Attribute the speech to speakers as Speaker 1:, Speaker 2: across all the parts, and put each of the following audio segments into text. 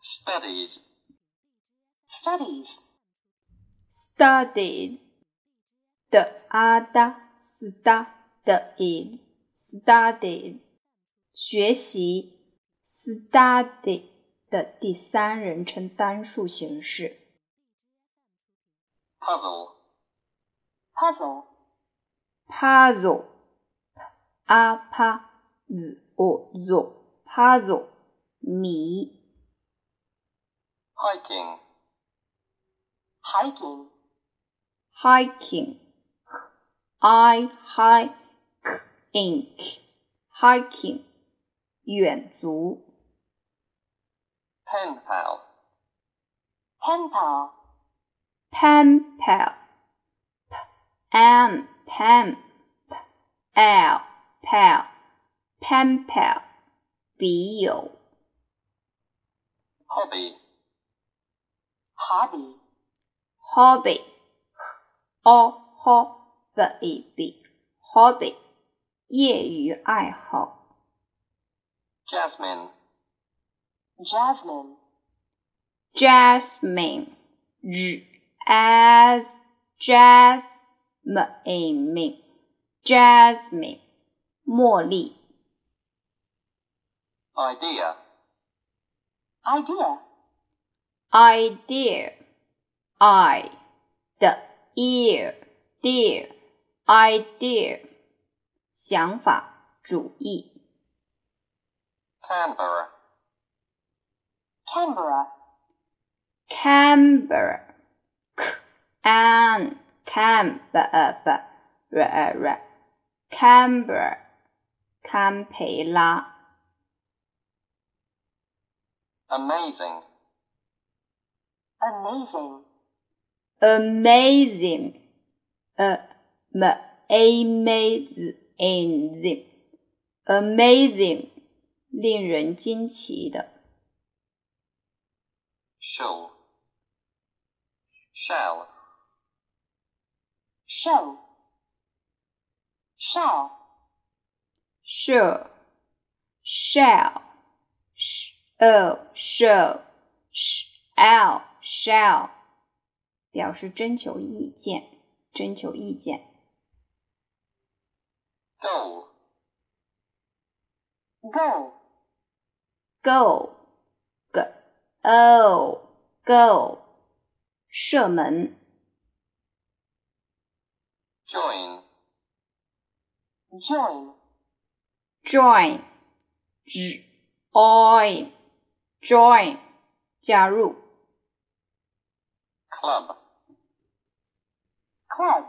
Speaker 1: studies,
Speaker 2: studies,
Speaker 3: studied 的啊哒 sta 的 is studied 学习 study 的第三人称单数形式
Speaker 1: puzzle,
Speaker 2: puzzle,
Speaker 3: puzzle p a p z o z puzzle 谜
Speaker 1: hiking,
Speaker 2: hiking,
Speaker 3: hiking i hike ink hiking 远足
Speaker 1: pen pal,
Speaker 2: pen pal,
Speaker 3: pen pal p m pen p l pal pen pal 笔友
Speaker 1: hobby,
Speaker 2: hobby,
Speaker 3: hobby o hobby hobby 业余爱好
Speaker 1: jasmine,
Speaker 2: jasmine,
Speaker 3: jasmine j as jasmine jasmine 茉莉
Speaker 1: idea,
Speaker 2: idea,
Speaker 3: idea i 的 ear dear idea 想法主意
Speaker 1: Canberra,
Speaker 2: Canberra,
Speaker 3: Canberra, can, Canberra, Canberra, 堪培拉
Speaker 1: amazing,
Speaker 2: amazing,
Speaker 3: amazing, 呃 a m a m a z i n g, amazing，令人惊奇的
Speaker 1: shall, shall,
Speaker 2: show, shall,
Speaker 3: sure, shall, sh oh show, shall shall，表示征求意见，征求意见。
Speaker 1: goal,
Speaker 2: go,
Speaker 3: go, go, oh, go，射门。
Speaker 1: join,
Speaker 2: join,
Speaker 3: join, join, join，加入。
Speaker 1: club,
Speaker 2: club,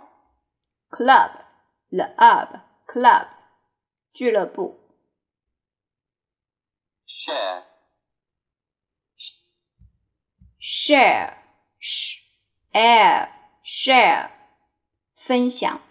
Speaker 3: club, club, club，俱乐部。
Speaker 1: share,
Speaker 3: share, share, share，分享。